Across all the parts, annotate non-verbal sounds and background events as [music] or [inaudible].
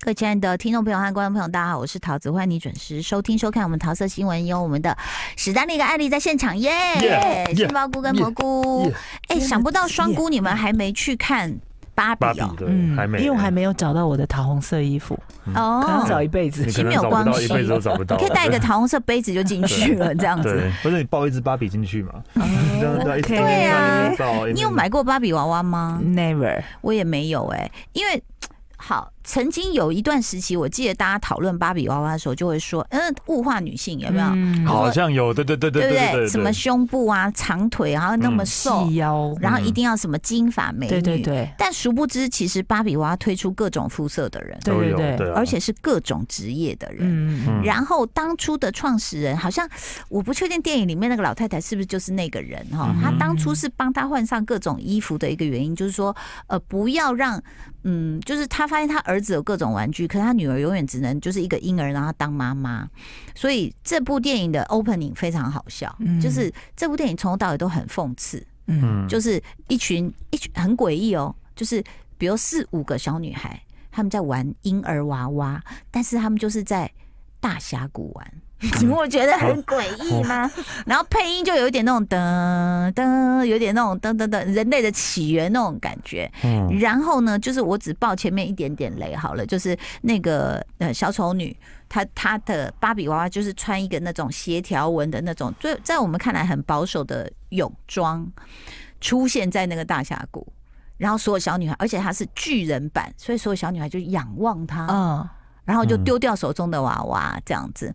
各位亲爱的听众朋友和观众朋友，大家好，我是桃子，欢迎你准时收听收看我们桃色新闻，有我们的史丹利跟艾丽在现场耶 Yeah，杏鲍菇跟蘑菇 Yeah，，哎，想不到双菇你们还没去看芭比芭比哦，对，嗯，还没，因为我还没有找到我的桃红色衣服，可能找哦，一辈子你。其可实没能有找不关到，系一辈子都找不你到。可以带一个对桃红色杯子就进去了，这样子。对，或者你抱一只芭比进去嘛，这样一直抱一直对哦啊抱一直你有买过芭比娃娃吗？嗯 Never，我也没有哎、因为好，曾经有一段时期，我记得大家讨论芭比娃娃的时候，就会说，嗯，物化女性有没有？嗯好像有，对对对对对不对什么胸部啊、长腿啊，然后那么嗯瘦，细腰，然后一定要什么金发美女。嗯对对对但殊不知，其实芭比娃娃推出各种肤色的人，对都有，对对啊，而且是各种职业的人。嗯嗯嗯然后当初的创始人好像我不确定电影里面那个老太太是不是就是那个人哈嗯，她当初是帮她换上各种衣服的一个原因，就是说呃不要让嗯，就是她发现她儿子有各种玩具，可是她女儿永远只能就是一个婴儿，然后当妈妈，所以这部电影的 opening 非常好笑，嗯就是这部电影从头到尾都很讽刺，嗯嗯，就是一群一群很诡异哦，就是比如四五个小女孩，她们在玩婴儿娃娃，但是她们就是在大峡谷玩。你们我觉得很诡异吗？ [laughs] 然后配音就有一点那种噔噔，有点那种噔噔噔人类的起源那种感觉。嗯然后呢，就是我只爆前面一点点雷好了，就是那个呃小丑女，她她的芭比娃娃就是穿一个那种斜条纹的那种，最在我们看来很保守的泳装，出现在那个大峡谷。然后所有小女孩，而且她是巨人版，所以所有小女孩就仰望她。嗯然后就丢掉手中的娃娃这样子。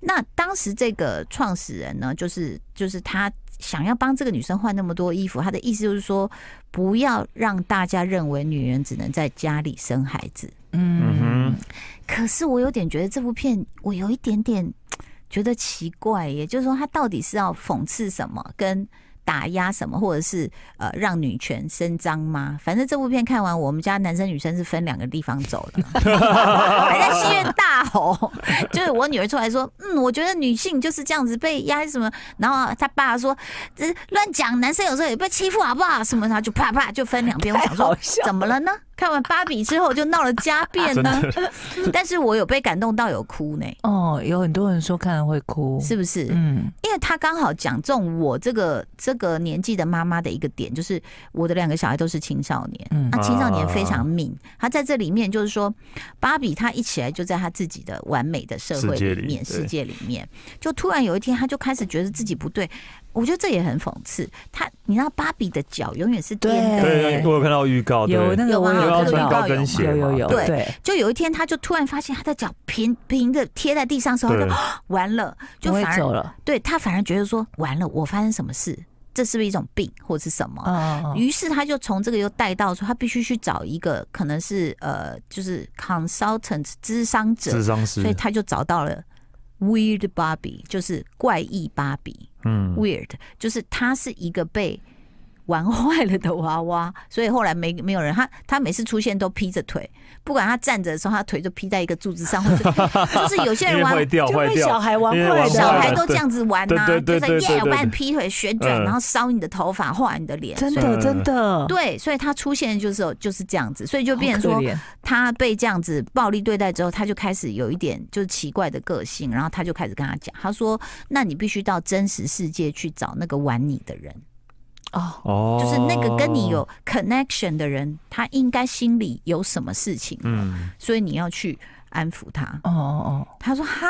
那当时这个创始人呢，就是就是他想要帮这个女生换那么多衣服，他的意思就是说，不要让大家认为女人只能在家里生孩子。嗯嗯可是我有点觉得这部片，我有一点点觉得奇怪耶，也就是说，他到底是要讽刺什么，跟打压什么，或者是呃让女权伸张吗？反正这部片看完，我们家男生女生是分两个地方走了， [laughs] 还在戏院大吼， [laughs] 就是我女儿出来说，嗯，我觉得女性就是这样子被压什么，然后她爸说，这乱讲，男生有时候也被欺负好不好？什么，然后就啪啪就分两边，我想说好笑怎么了呢？看完芭比之后就闹了家变啊真呢、的 [laughs] 但是我有被感动到有哭呢，哦，有很多人说看了会哭，是不是？嗯因为他刚好讲中我这个这个年纪的妈妈的一个点，就是我的两个小孩都是青少年，嗯啊那青少年非常敏，他在这里面就是说，芭比她一起来就在她自己的完美的社会里面世界里对世界里面，就突然有一天，她就开始觉得自己不对。我觉得这也很讽刺，她你知道芭比的脚永远是颠的， [laughs] 对，我有看到预告，对有那个我有啊要有穿看高到，跟鞋嘛，有有有，对对，就有一天，她就突然发现她的脚平平的贴在地上的时候，她对就，哦完了，就不会反而走了，对他反而觉得说，完了，我发生什么事？这是不是一种病或者是什么？嗯嗯于是他就从这个又带到说，他必须去找一个可能是呃，就是 consultant 智商者智，商师所以，他就找到了 weird Barbie，就是怪异芭比。嗯 weird，就是他是一个被玩坏了的娃娃，所以后来没没有人他他每次出现都劈着腿，不管他站着的时候，他腿就劈在一个柱子上，或 [laughs] 者就是有些因人为玩坏掉，就坏被小掉，孩玩因为坏玩的，坏小孩了都这样子玩呐、对就对对是对耶，对我把你对劈腿旋转，嗯然后烧你的头发，画你的脸，真所以的嗯真的，对，所以他出现的就是就是这样子，所以就好变成可说怜他被这样子暴力对待之后，他就开始有一点就是奇怪的个性，然后他就开始跟他讲，他说：“那你必须到真实世界去找那个玩你的人，哦，哦，就是那个跟你，有 connection 的人，他应该心里有什么事情，嗯，所以你要去安抚他。哦哦”他说：“哈，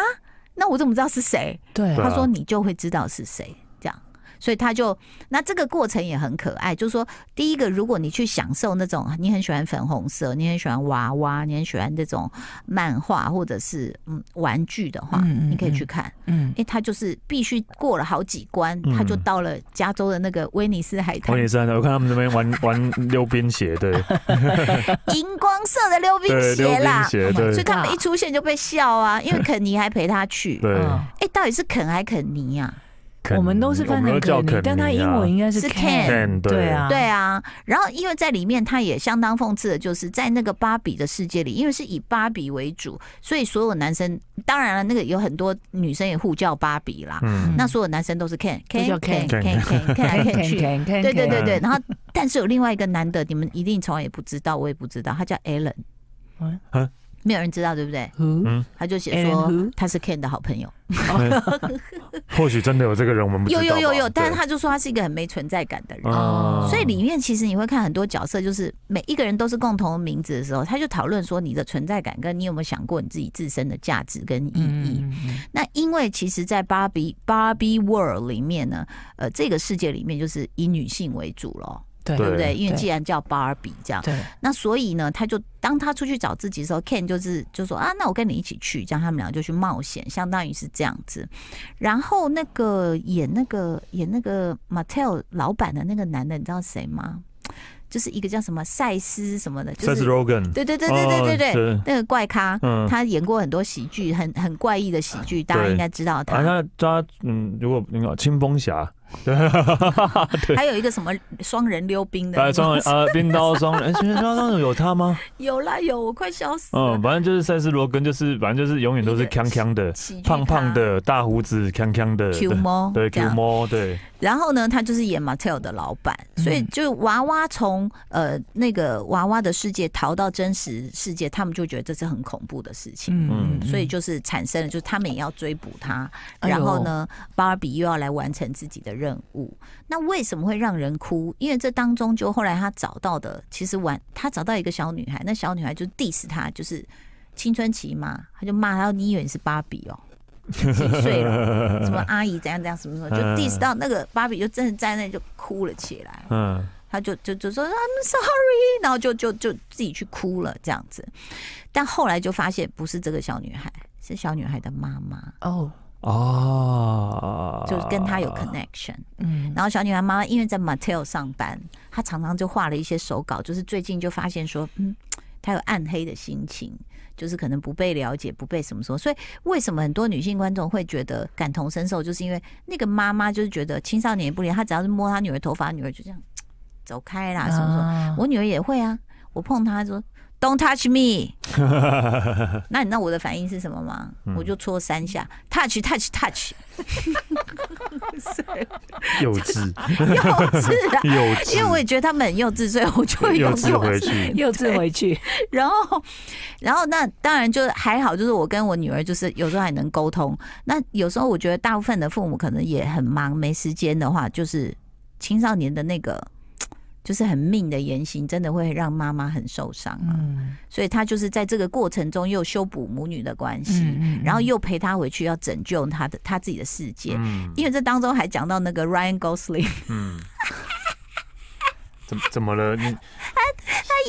那我怎么知道是谁？”哦，对对啊他说你就会知道是谁这样。所以他就那这个过程也很可爱，就是说，第一个，如果你去享受那种啊你很喜欢粉红色，你很喜欢娃娃，你很喜欢那种漫画或者是嗯玩具的话，嗯嗯你可以去嗯看，嗯因为他就是必须过了好几关，嗯他就到了加州的那个威尼斯海我滩也，是，啊我看他们那边玩玩溜冰鞋，对，荧光色的啊溜冰对，溜鞋冰啦，鞋， Oh my 对所以，他们一出现就被笑啊，因为肯尼还陪他去，对，嗯哎，到底是肯还肯尼啊呀、肯我们都是我翻们成都叫肯尼，肯但他尼英啊文应该是是 Ken，对对啊，对啊，然后因为在里面，他也相当讽刺的，就是在那个芭比的世界里，因为是以芭比为主，所以所有男生，当然了，那个有很多女生也互叫芭比啦。嗯，那所有男生都是 Ken 都 Ken 叫 Ken Ken Ken Ken Ken 来 Ken 去，看看对对对对。然后，但是有另外一个男的，你们一定从来也不知道，我也不知道，他叫 Alan 嗯。没有人知道，对不对？ Who？嗯，他就写 Alan 说 who？他是 Ken 的好朋友， [laughs] 或许真的有这个人，我们不知道有吧。有有有，对但是他就说他是一个很没存在感的人。嗯所以里面其实你会看很多角色，就是每一个人都是共同的名字的时候，他就讨论说你的存在感跟你有没有想过你自己自身的价值跟意义。嗯嗯嗯那因为其实，在芭比芭比 World 里面呢，呃，这个世界里面就是以女性为主咯，对对不对？对因为既然叫芭比这样，对，那所以呢，他就当他出去找自己的时候，Ken 就是就说啊，那我跟你一起去，这样他们俩就去冒险，相当于是这样子。然后那个演那个演那个 Mattel 老板的那个男的，你知道谁吗？就是一个叫什么赛斯什么的，就塞斯是 Rogan，对对对对对对对，对，那个怪咖。哦嗯，他演过很多喜剧，很很怪异的喜剧，大家对应该知道他。啊，他他嗯，如果那个清风侠，还有一个什么双人溜冰的，来双人 [laughs] 啊，冰刀双人，哎，冰刀双人有他吗？有啦有，我快笑死了。嗯，反正就是塞斯罗根，就是反正就是永远都是锵锵的，喜剧咖胖胖的，大胡子，锵锵的， Q 对猫，对这 Q 样猫，对，然后呢，他就是演 Mattel 的老板，所以嗯就娃娃从呃那个娃娃的世界逃到真实世界，他们就觉得这是很恐怖的事情。嗯所以就是产生了，就是他们也要追捕他，哎呦然后呢，芭比又要来完成自己的任务。那为什么会让人哭？因为这当中就后来他找到的，其实玩他找到一个小女孩，那小女孩就 diss 他，就是青春期嘛，他就骂他，你以为你是芭比哦，几岁了？什么阿姨怎样怎样什么什么，就嗯 diss 到那个芭比就真的站在那里就哭了起来，嗯，他就就就说 I'm sorry，然后就就就自己去哭了这样子，但后来就发现不是这个小女孩，是小女孩的妈妈，哦，啊， [laughs] 就是跟她有 connection。嗯，然后小女孩妈妈因为在 Mattel 上班，她常常就画了一些手稿，就是最近就发现说，嗯，她有暗黑的心情，就是可能不被了解，不被什么说。所以为什么很多女性观众会觉得感同身受，就是因为那个妈妈就是觉得青少年也不理她，只要是摸她女儿头发，女儿就这样嘖走开啊啦，什么什么。么我女儿也会啊，我碰她她说 Don't touch [laughs] me，那你知道我的反应是什么吗？嗯我就戳三下，touch touch touch，啊幼稚，幼稚啊！幼 [laughs] 因为我稚，也觉得他们很幼稚，所以我就会幼用稚幼回稚。去，幼稚回去，然后，然后那当然就还好，就是我跟我女儿就是有时候还能沟通。那有时候我觉得大部分的父母可能也很忙，没时间的话，就是青少年的那个就是很命的言行，真的会让妈妈很受伤啊。嗯所以他就是在这个过程中又修补母女的关系，嗯然后又陪她回去，要拯救她的她自己的世界。嗯因为这当中还讲到那个 Ryan Gosling。嗯， [laughs] 怎怎么了？你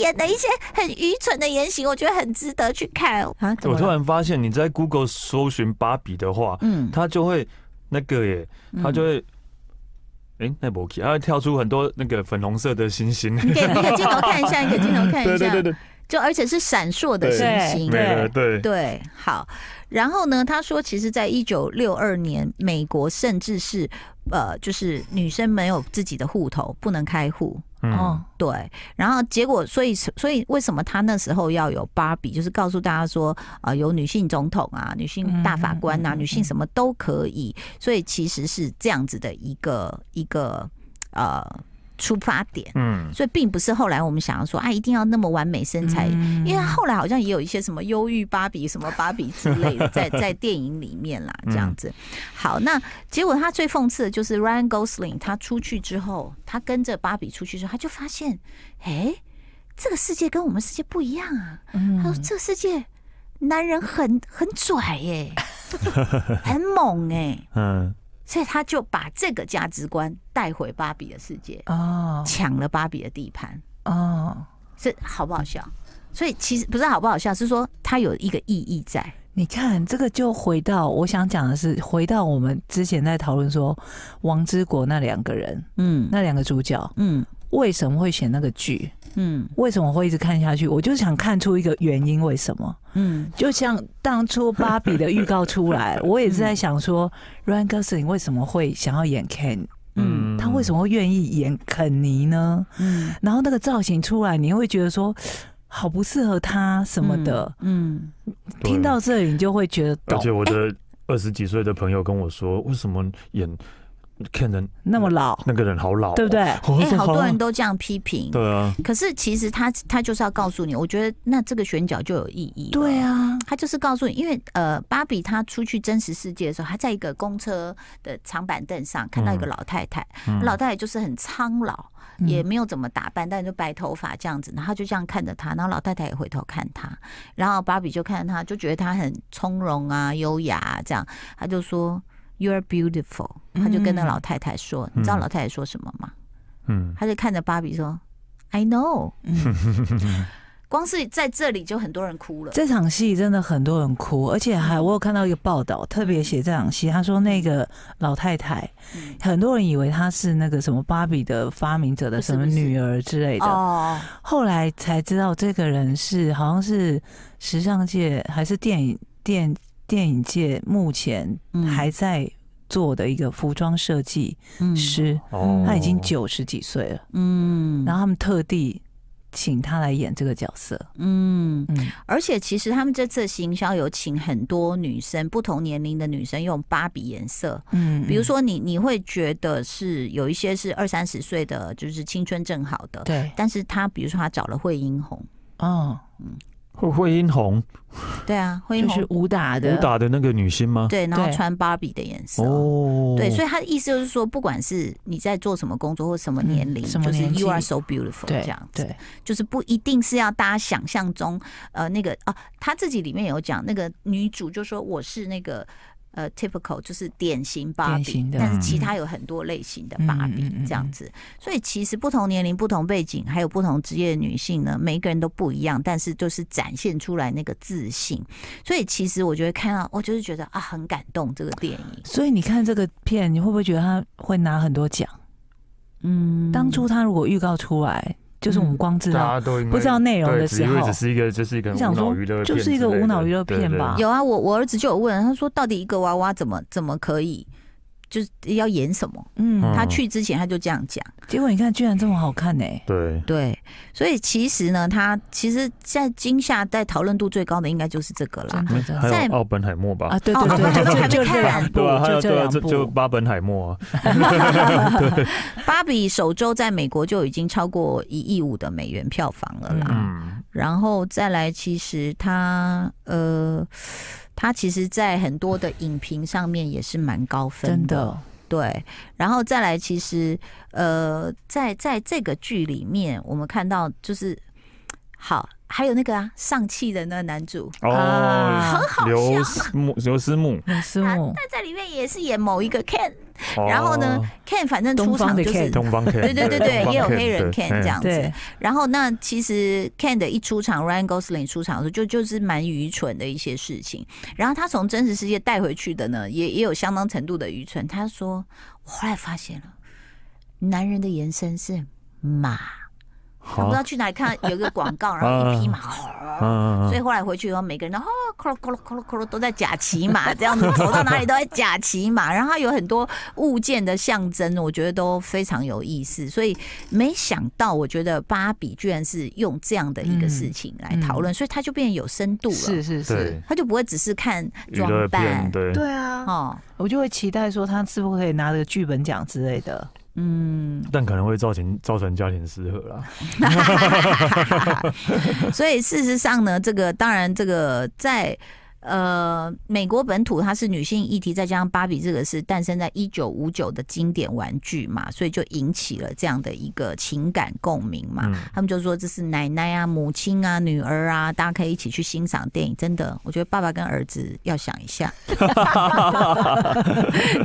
演的一些很愚蠢的言行，我觉得很值得去看啊。怎我么突了？然发现，你在 Google 搜寻芭比的话，嗯，它就会那个耶，它就会。哎，那不 OK，它会跳出很多那个粉红色的星星，你给你给镜头看一下，你给镜头嗯看一下，对对对对，就而且是闪烁的对星星。没了，对，对，好。然后呢，他说，其实，在一九六二年，美国甚至是呃，就是女生没有自己的户头，不能开户。嗯哦，对，然后结果，所以，所以为什么他那时候要有芭比，就是告诉大家说，啊、有女性总统啊，女性大法官啊，嗯嗯嗯女性什么都可以，所以其实是这样子的一个一个呃出发点，嗯，所以并不是后来我们想要说啊，一定要那么完美身材。因为后来好像也有一些什么忧郁芭比、什么芭比之类的，在在电影里面啦，这样子。好，那结果他最讽刺的就是 Ryan Gosling，他出去之后，他跟着芭比出去之后，他就发现，哎，这个世界跟我们世界不一样啊。他说这个世界男人很很拽耶、很猛哎、嗯，所以他就把这个价值观带回芭比的世界，哦抢了芭比的地盘。哦，是好不好笑？所以其实不是好不好笑，是说它有一个意义在。你看这个就回到我想讲的是，回到我们之前在讨论说王之国那两个人，嗯那两个主角嗯为什么会选那个剧？嗯为什么会一直看下去？我就想看出一个原因，为什么？嗯就像当初芭比的预告出来，我也是嗯在想说，Ryan Gosling 为什么会想要演 Ken？嗯他为什么会愿意演肯尼呢？嗯，然后那个造型出来，你会觉得说好不适合他什么的。嗯，对听到这里，你就会觉得而懂且。我的二十几岁的朋友跟我说，为什么演看人那么老，那个人好老哦，对不对？我哎、说？好多人都都这样批评。对啊，可是其实他他就是要告诉你，我觉得那这个选角就有意义。对，啊，他就是告诉你，因为呃，芭比她出去真实世界的时候，她在一个公车的长板凳上看到一个嗯老太太，嗯老太太就是很苍老，嗯也没有怎么打扮，但就白头发这样子，然后她就这样看着她，然后老太太也回头看她，然后芭比就看着她，就觉得她很从容啊、优雅啊这样，她就说 “You're beautiful”，她就跟那嗯老太太说，你知道嗯老太太说什么吗？嗯，她就看着芭比说：“I [laughs] know。嗯”光是在这里就很多人哭了。这场戏真的很多人哭，而且嗯还我有看到一个报道，特别写这场戏，他说那个老太太，嗯很多人以为她是那个什么芭比的发明者的不是什么不是女儿之类的，哦，后来才知道这个人是好像是时尚界还是电影电电影界目前嗯还在做的一个服装设计嗯师，哦，他已经九十几岁了，嗯，然后他们特地请他来演这个角色，嗯，嗯，而且其实他们这次行销有请很多女生，不同年龄的女生用芭比颜色。嗯比如说你，你会觉得是有一些是二三十岁的，就是青春正好的，嗯对，但是她比如说她找了惠英红，哦，惠惠英红对啊，惠就英是红武打的武打的那个女星吗？对，然后对穿芭比的颜色。哦，对，所以他的意思就是说，不管是你在做什么工作或什么年龄，嗯什么就是年纪 you are so beautiful 对这样子。对，就是不一定是要大家想象中，呃，那个啊，他自己里面有讲，那个女主就说我是那个呃 typical，就是典型芭典比型，的啊嗯但是其他有很多类型的芭比嗯嗯嗯嗯这样子，所以其实不同年龄、不同背景，还有不同职业的女性呢，每一个人都不一样，但是就是展现出来那个自信，所以其实我觉得看到，我就是觉得啊，很感动这个电影，所以你看这个片，你会不会觉得他会拿很多奖？嗯当初他如果预告出来，就是我们嗯光知大道家都应该不知道内容对的只时因为候只是一个就是一个你想无脑说娱乐片之类的，就是一个无脑娱乐片吧对对有啊，我我儿子就有问，他说到底一个娃娃怎么怎么可以，就是要演什么？嗯，嗯他去之前他就这样讲，结果你看居然这么好看呢、对对，所以其实呢，他其实在惊吓在讨论度最高的应该就是这个啦真。的真的还在有奥本海默吧啊，，对哦哦对对，这个还就没就这两看部对吧？，还有就这对啊，两这就部，巴本海默啊，芭比首周在美国就已经超过一亿五的美元票房了啦。嗯嗯，然后再来，其实他呃，他其实，在很多的影评上面也是蛮高分真的，对，然后再来，其实呃，在在这个剧里面，我们看到就是好，还有那个啊，上气的那个男主，哦，啊刘思慕，刘思慕，鲁思他慕，他在里面也是演某一个 Ken，哦然后呢，Ken 反正出东方场的就是 Ken 东方 Ken，对对对对，东方也有黑人对 Ken 这样子对。然后那其实 Ken 的一出场，Ryan Gosling 出场的时候，就就是蛮愚蠢的一些事情。然后他从真实世界带回去的呢，也也有相当程度的愚蠢。他说：“我后来发现了，男人的延伸是马。”哦我不知道哎好，去哪里看有一个广 [laughs] 告，然后一匹马，嗯所以后来回去以后，每个人都哦，咯咯咯咯咯都在假骑马， [laughs] 这样子走到哪里都在假骑马。然后它有很多物件的象征，我觉得都非常有意思。所以没想到，我觉得芭比居然是用这样的一个事情来讨嗯论，所以它就变得有深度了。是是是对，，它就不会只是看娱乐装扮片，对，对啊，哦，我就会期待说他是不是可以拿个剧本奖之类的，嗯，但可能会造成造成家庭失和啦， [laughs] 所以事实上呢，这个当然这个在。呃，美国本土它是女性议题，再加上芭比这个是诞生在一九五九的经典玩具嘛，所以就引起了这样的一个情感共鸣嘛。嗯他们就说这是奶奶啊、母亲啊、女儿啊，大家可以一起去欣赏电影。真的，我觉得爸爸跟儿子要想一下，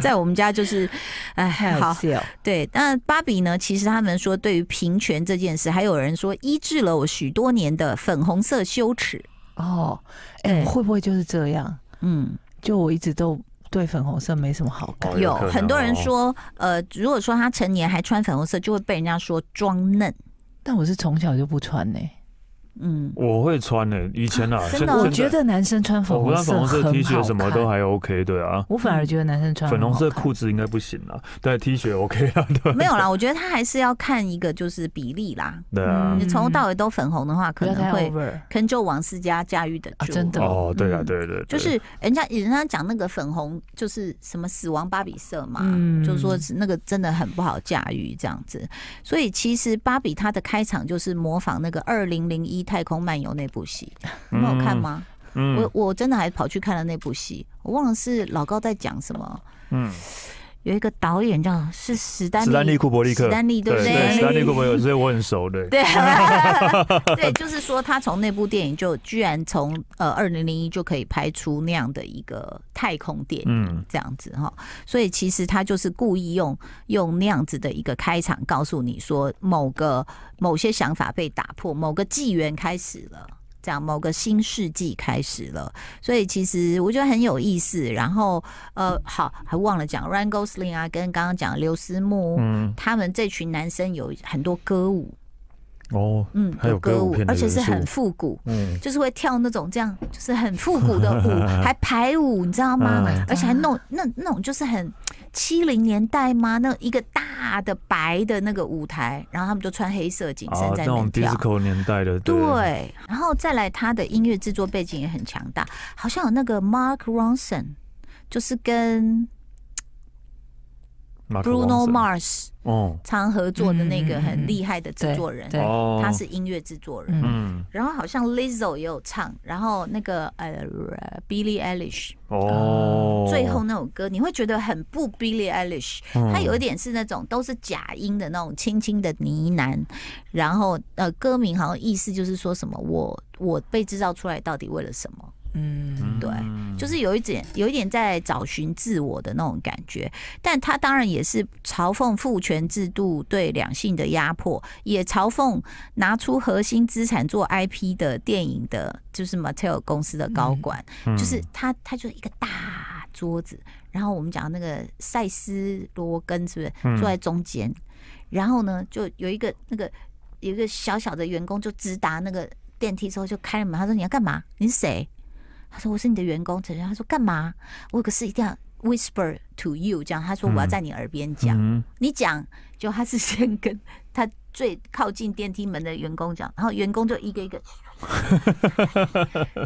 在我们家就是，哎，太好 [laughs] 好笑，对，那芭比呢？其实他们说，对于平权这件事，还有人说医治了我许多年的粉红色羞耻。哦，哎、对会不会就是这样？嗯，就我一直都对粉红色没什么好感，哦有有可能很多人哦说，呃，如果说他哦成年还穿粉红色，就会被人家说装嫩。但我是从小就不穿呢、 [laughs] 嗯，我会穿诶、以前啊，真的现哦在我我觉得男生穿粉我红看色粉红色 T 很好恤什么都看，还 OK，对啊，我反而觉得男生穿粉红色很好看裤子应该不行啊，但 T 恤 OK 啊，对没有啦，我觉得他还是要看一个就是比例啦。 [laughs] 对啊你，从头到尾都粉红的话，可不要能太会 over 坑就王思佳驾驭得啊住。真的哦，对啊，嗯对对对，就是人家人家讲那个粉红就是什么死亡芭比色嘛，嗯就说是那个真的很不好驾驭这样子。所以其实芭比它的开场就是模仿那个二零零一《太空漫游》那部戏，你们有看吗？嗯我我真的还跑去看了那部戏，我忘了是老高在讲什么，嗯，有一个导演叫是史丹利，史丹利库伯利克，史丹利对不对，对史丹利库伯利克，所以我很熟，对，对， [laughs] 对，就是说他从那部电影就居然从呃二零零一就可以拍出那样的一个太空电影。嗯这样子哈，所以其实他就是故意用用那样子的一个开场，告诉你说某个某些想法被打破，某个纪元开始了，这样某个新世纪开始了。所以其实我觉得很有意思。然后呃，好，还忘了讲 r a n g o s l i n 啊，跟刚刚讲刘思慕、嗯，他们这群男生有很多歌舞，哦，嗯，还有歌歌舞舞片，的而且是元素很复古，嗯，就是会跳那种这样，就是很复古的舞，还排舞，你知道吗？嗯而且还弄那那种就是很七零年代吗？那一个大的白的那个舞台，然后他们就穿黑色紧身啊，在那那种边跳。 disco 年代的，对，然后再来他的音乐制作背景也很强大，好像有那个 Mark Ronson，就是跟 Mark Bruno Ronson Mars 哦常合作的那个嗯嗯嗯很嗯厉害的制对作人，对哦，他是音乐制作人。嗯，嗯然后好像 Lizzo 也有唱，然后那个呃 Billie Eilish 哦，呃最后那首歌，你会觉得很不 Billie Eilish，它有一点是那种都是假音的那种轻轻的呢喃，然后呃歌名好像意思就是说什么我我被制造出来到底为了什么，嗯，对就是有一点有一点在找寻自我的那种感觉，但它当然也是嘲讽父权制度对两性的压迫，也嘲讽拿出核心资产做 IP 的电影的，就是 Mattel 公司的高管。嗯就是他，他就是一个大桌子，然后我们讲那个塞斯罗根是不是嗯坐在中间？然后呢，就有一个那个有一个小小的员工就直达那个电梯之后就开了门，他说你要干嘛？你是谁？他说我是你的员工陈轩。他说干嘛？我有个事一定要 whisper to you，这样他说我要嗯在你耳边讲。嗯你讲，就他是先跟他最靠近电梯门的员工讲，然后员工就一 [laughs] 个一个，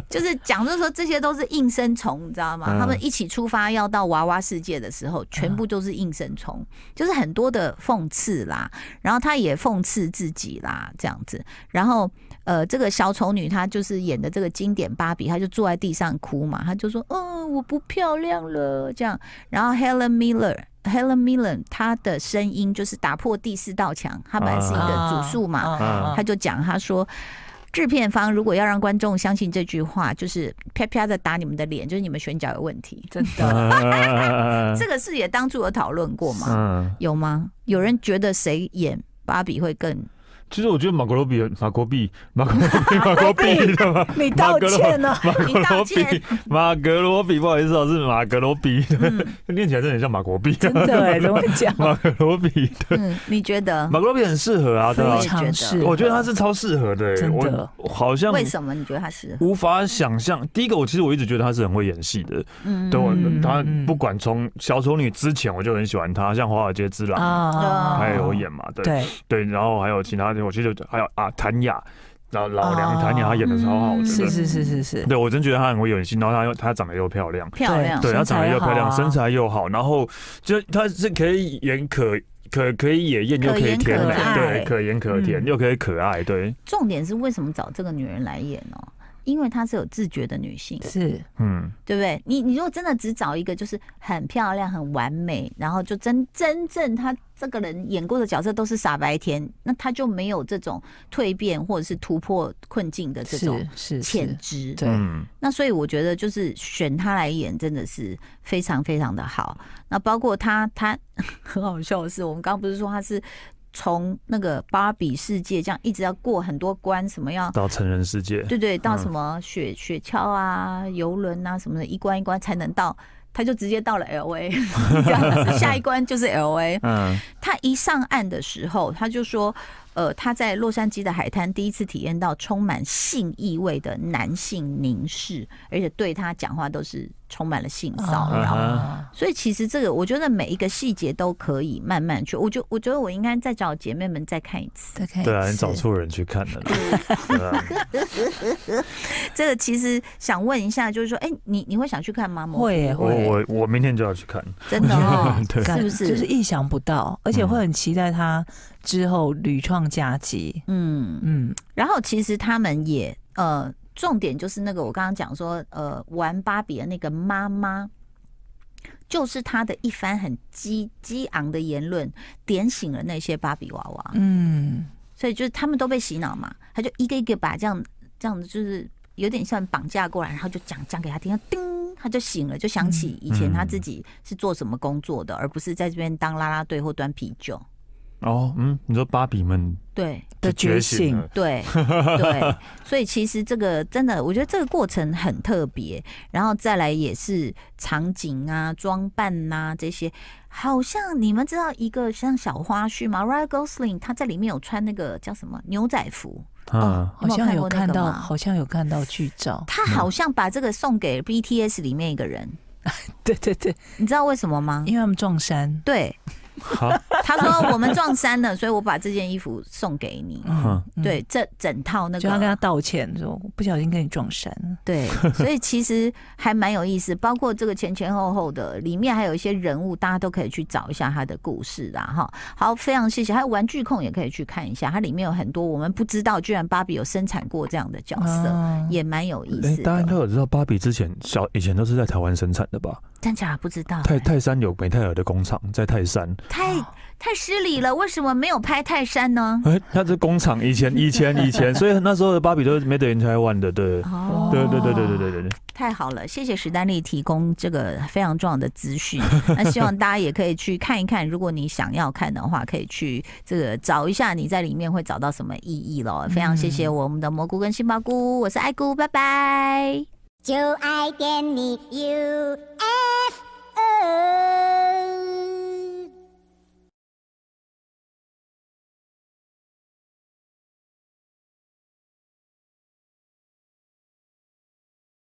就是讲，就是说这些都是应声虫，你知道吗？嗯他们一起出发要到娃娃世界的时候，全部都是应声虫，就是很多的讽刺啦，然后他也讽刺自己啦，这样子，然后。呃，这个小丑女她就是演的这个经典芭比，她就坐在地上哭嘛，她就说：“嗯，我不漂亮了。”这样，然后 Helen Miller。Helen Miller，她的声音就是打破第四道墙。她本来是一个主述嘛，啊她就讲，她说，制片方如果要让观众相信这句话，就是啪啪的打你们的脸，就是你们选角有问题。真的，嗯 [laughs] 这个事也当初有讨论过吗？嗯，有吗？有人觉得谁演芭比会 [laughs] 更其实我觉得马国罗比、马国币、马 [laughs] 国罗比、马国币的嘛，你道歉啊了， [laughs] 你马道国歉比、马格罗比，不好意思，哦，是马格罗比， [laughs] 嗯念起来真的很像马国币，啊真的哎，怎么会 [laughs] 讲？马格罗比，对，嗯？你觉得马格罗比很适合啊，对啊非，常适是，我觉得他是超适合的，欸真的我好像为什么？你觉得她是？无法想象。第一个，我其实我一直觉得他是很会演戏的，嗯对我嗯他嗯不管从小丑女之前我就很喜欢他，像《华尔街之狼》啊还有演嘛，对对，对，然后还有其他的，我记得还有啊，谭雅，老老梁哦谭雅，她演的超好，我觉是得，是是是是，对我真觉得她很会演戏，然后她又她长得又漂亮，漂亮，对她身长得材又漂亮，好啊身材又好，然后就她是可以演可。可可以野艳又可可以盐甜可美，爱对，可盐可甜嗯又可以可爱，对，重点是为什么找这个女人来演哦？因为她是有自觉的女性，是嗯，对不对？你你如果真的只找一个就是很漂亮、很完美，然后就真真正她这个人演过的角色都是傻白甜，那她就没有这种蜕变或者是突破困境的这种是是潜是，质。对嗯，那所以我觉得就是选她来演真的是非常非常的好。那包括她，她 [laughs] 很好笑的是，我们刚刚不是说她是。从那个芭比世界这样一直要过很多关，什么要到成人世界，对对，到嗯什么雪雪橇啊、游轮啊什么的，一关一关才能到他就直接到了 L A，这 [laughs] 样子，下一关就是 L A。嗯他一上岸的时候，他就说，呃，他在洛杉矶的海滩第一次体验到充满性意味的男性凝视，而且对他讲话都是充满了性骚扰。啊所以其实这个，我觉得每一个细节都可以慢慢去。我觉我觉得我应该再找姐妹们再看一次。再看一对啊，你次找错人去看了啦。对啊这个其实想问一下，就是说，哎、你你会想去看吗？会耶我会耶，我我明天就要去看。，真的哦 [laughs] 是对，感不是就是意想不到，而且嗯会很期待他之后屡创佳绩。嗯。嗯，然后其实他们也呃，重点就是那个我刚刚讲说，呃，玩芭比的那个妈妈，就是她的一番很激激昂的言论，点醒了那些芭比娃娃，嗯，所以就是他们都被洗脑嘛，他就一个一个把这样这样子就是有点像绑架过来，然后就讲讲给他听，叮，他就醒了，就想起以前他自己是做什么工作的，而不是在这边当啦啦队或端啤酒，哦，嗯，你说芭比们对。的就觉觉醒了，对对，所以其实这个真的，我觉得这个过程很特别，然后再来也是场景啊、装扮呐、这些，好像你们知道一个像小花絮吗？Ryan Gosling 他在里面有穿那个叫什么牛仔服，嗯，好像有看你有看过那到，个吗好像有看到剧 [laughs] 照。他好像把这个送给 BTS 里面一个人，对对对，你知道为什么吗？因为他们撞山。对，好，他说我们撞衫了，所以我把这件衣服送给你。嗯嗯，嗯，对，这整套那个，就他跟他道歉说，我不小心跟你撞山了。对，所以其实还蛮有意思，包括这个前前后后的里面还有一些人物，大家都可以去找一下他的故事啦，哈。好，非常谢谢，还有玩具控也可以去看一下，它里面有很多我们不知道，居然芭比有生产过这样的角色，嗯也蛮有意哎、思哦大家应该的。有知道，芭比之前小以前都是在台湾生产的吧？真假不知道、泰哎泰山有美泰尔的工厂在泰山，太太失礼了，为什么没有拍泰山呢？哎、那这工厂以前以前以前，所以那时候的芭比都是 made in Taiwan 的，对。哦对对对对对对对对，太好了，谢谢史丹利提供这个非常重要的资讯。那希望大家也可以去看一看，如果你想要看的话，可以去这个找一下，你在里面会找到什么意义咯。非常谢谢我们的蘑菇跟杏鲍菇，我是爱菇，拜拜。就爱点你 UFO。